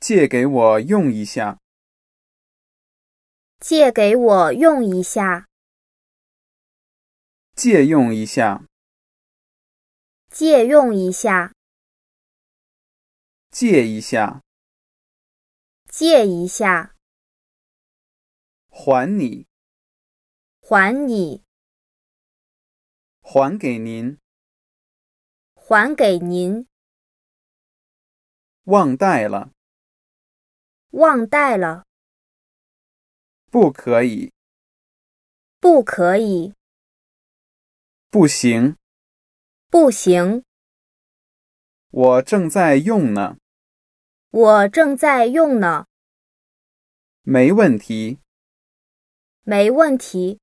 借给我用一下，借给我用一下，借用一下，借用一下，借一下，借一下，还你，还你，还给您，还给您，忘带了，忘带了，不可以，不可以，不行，不行，我正在用呢，我正在用呢，没问题，没问题，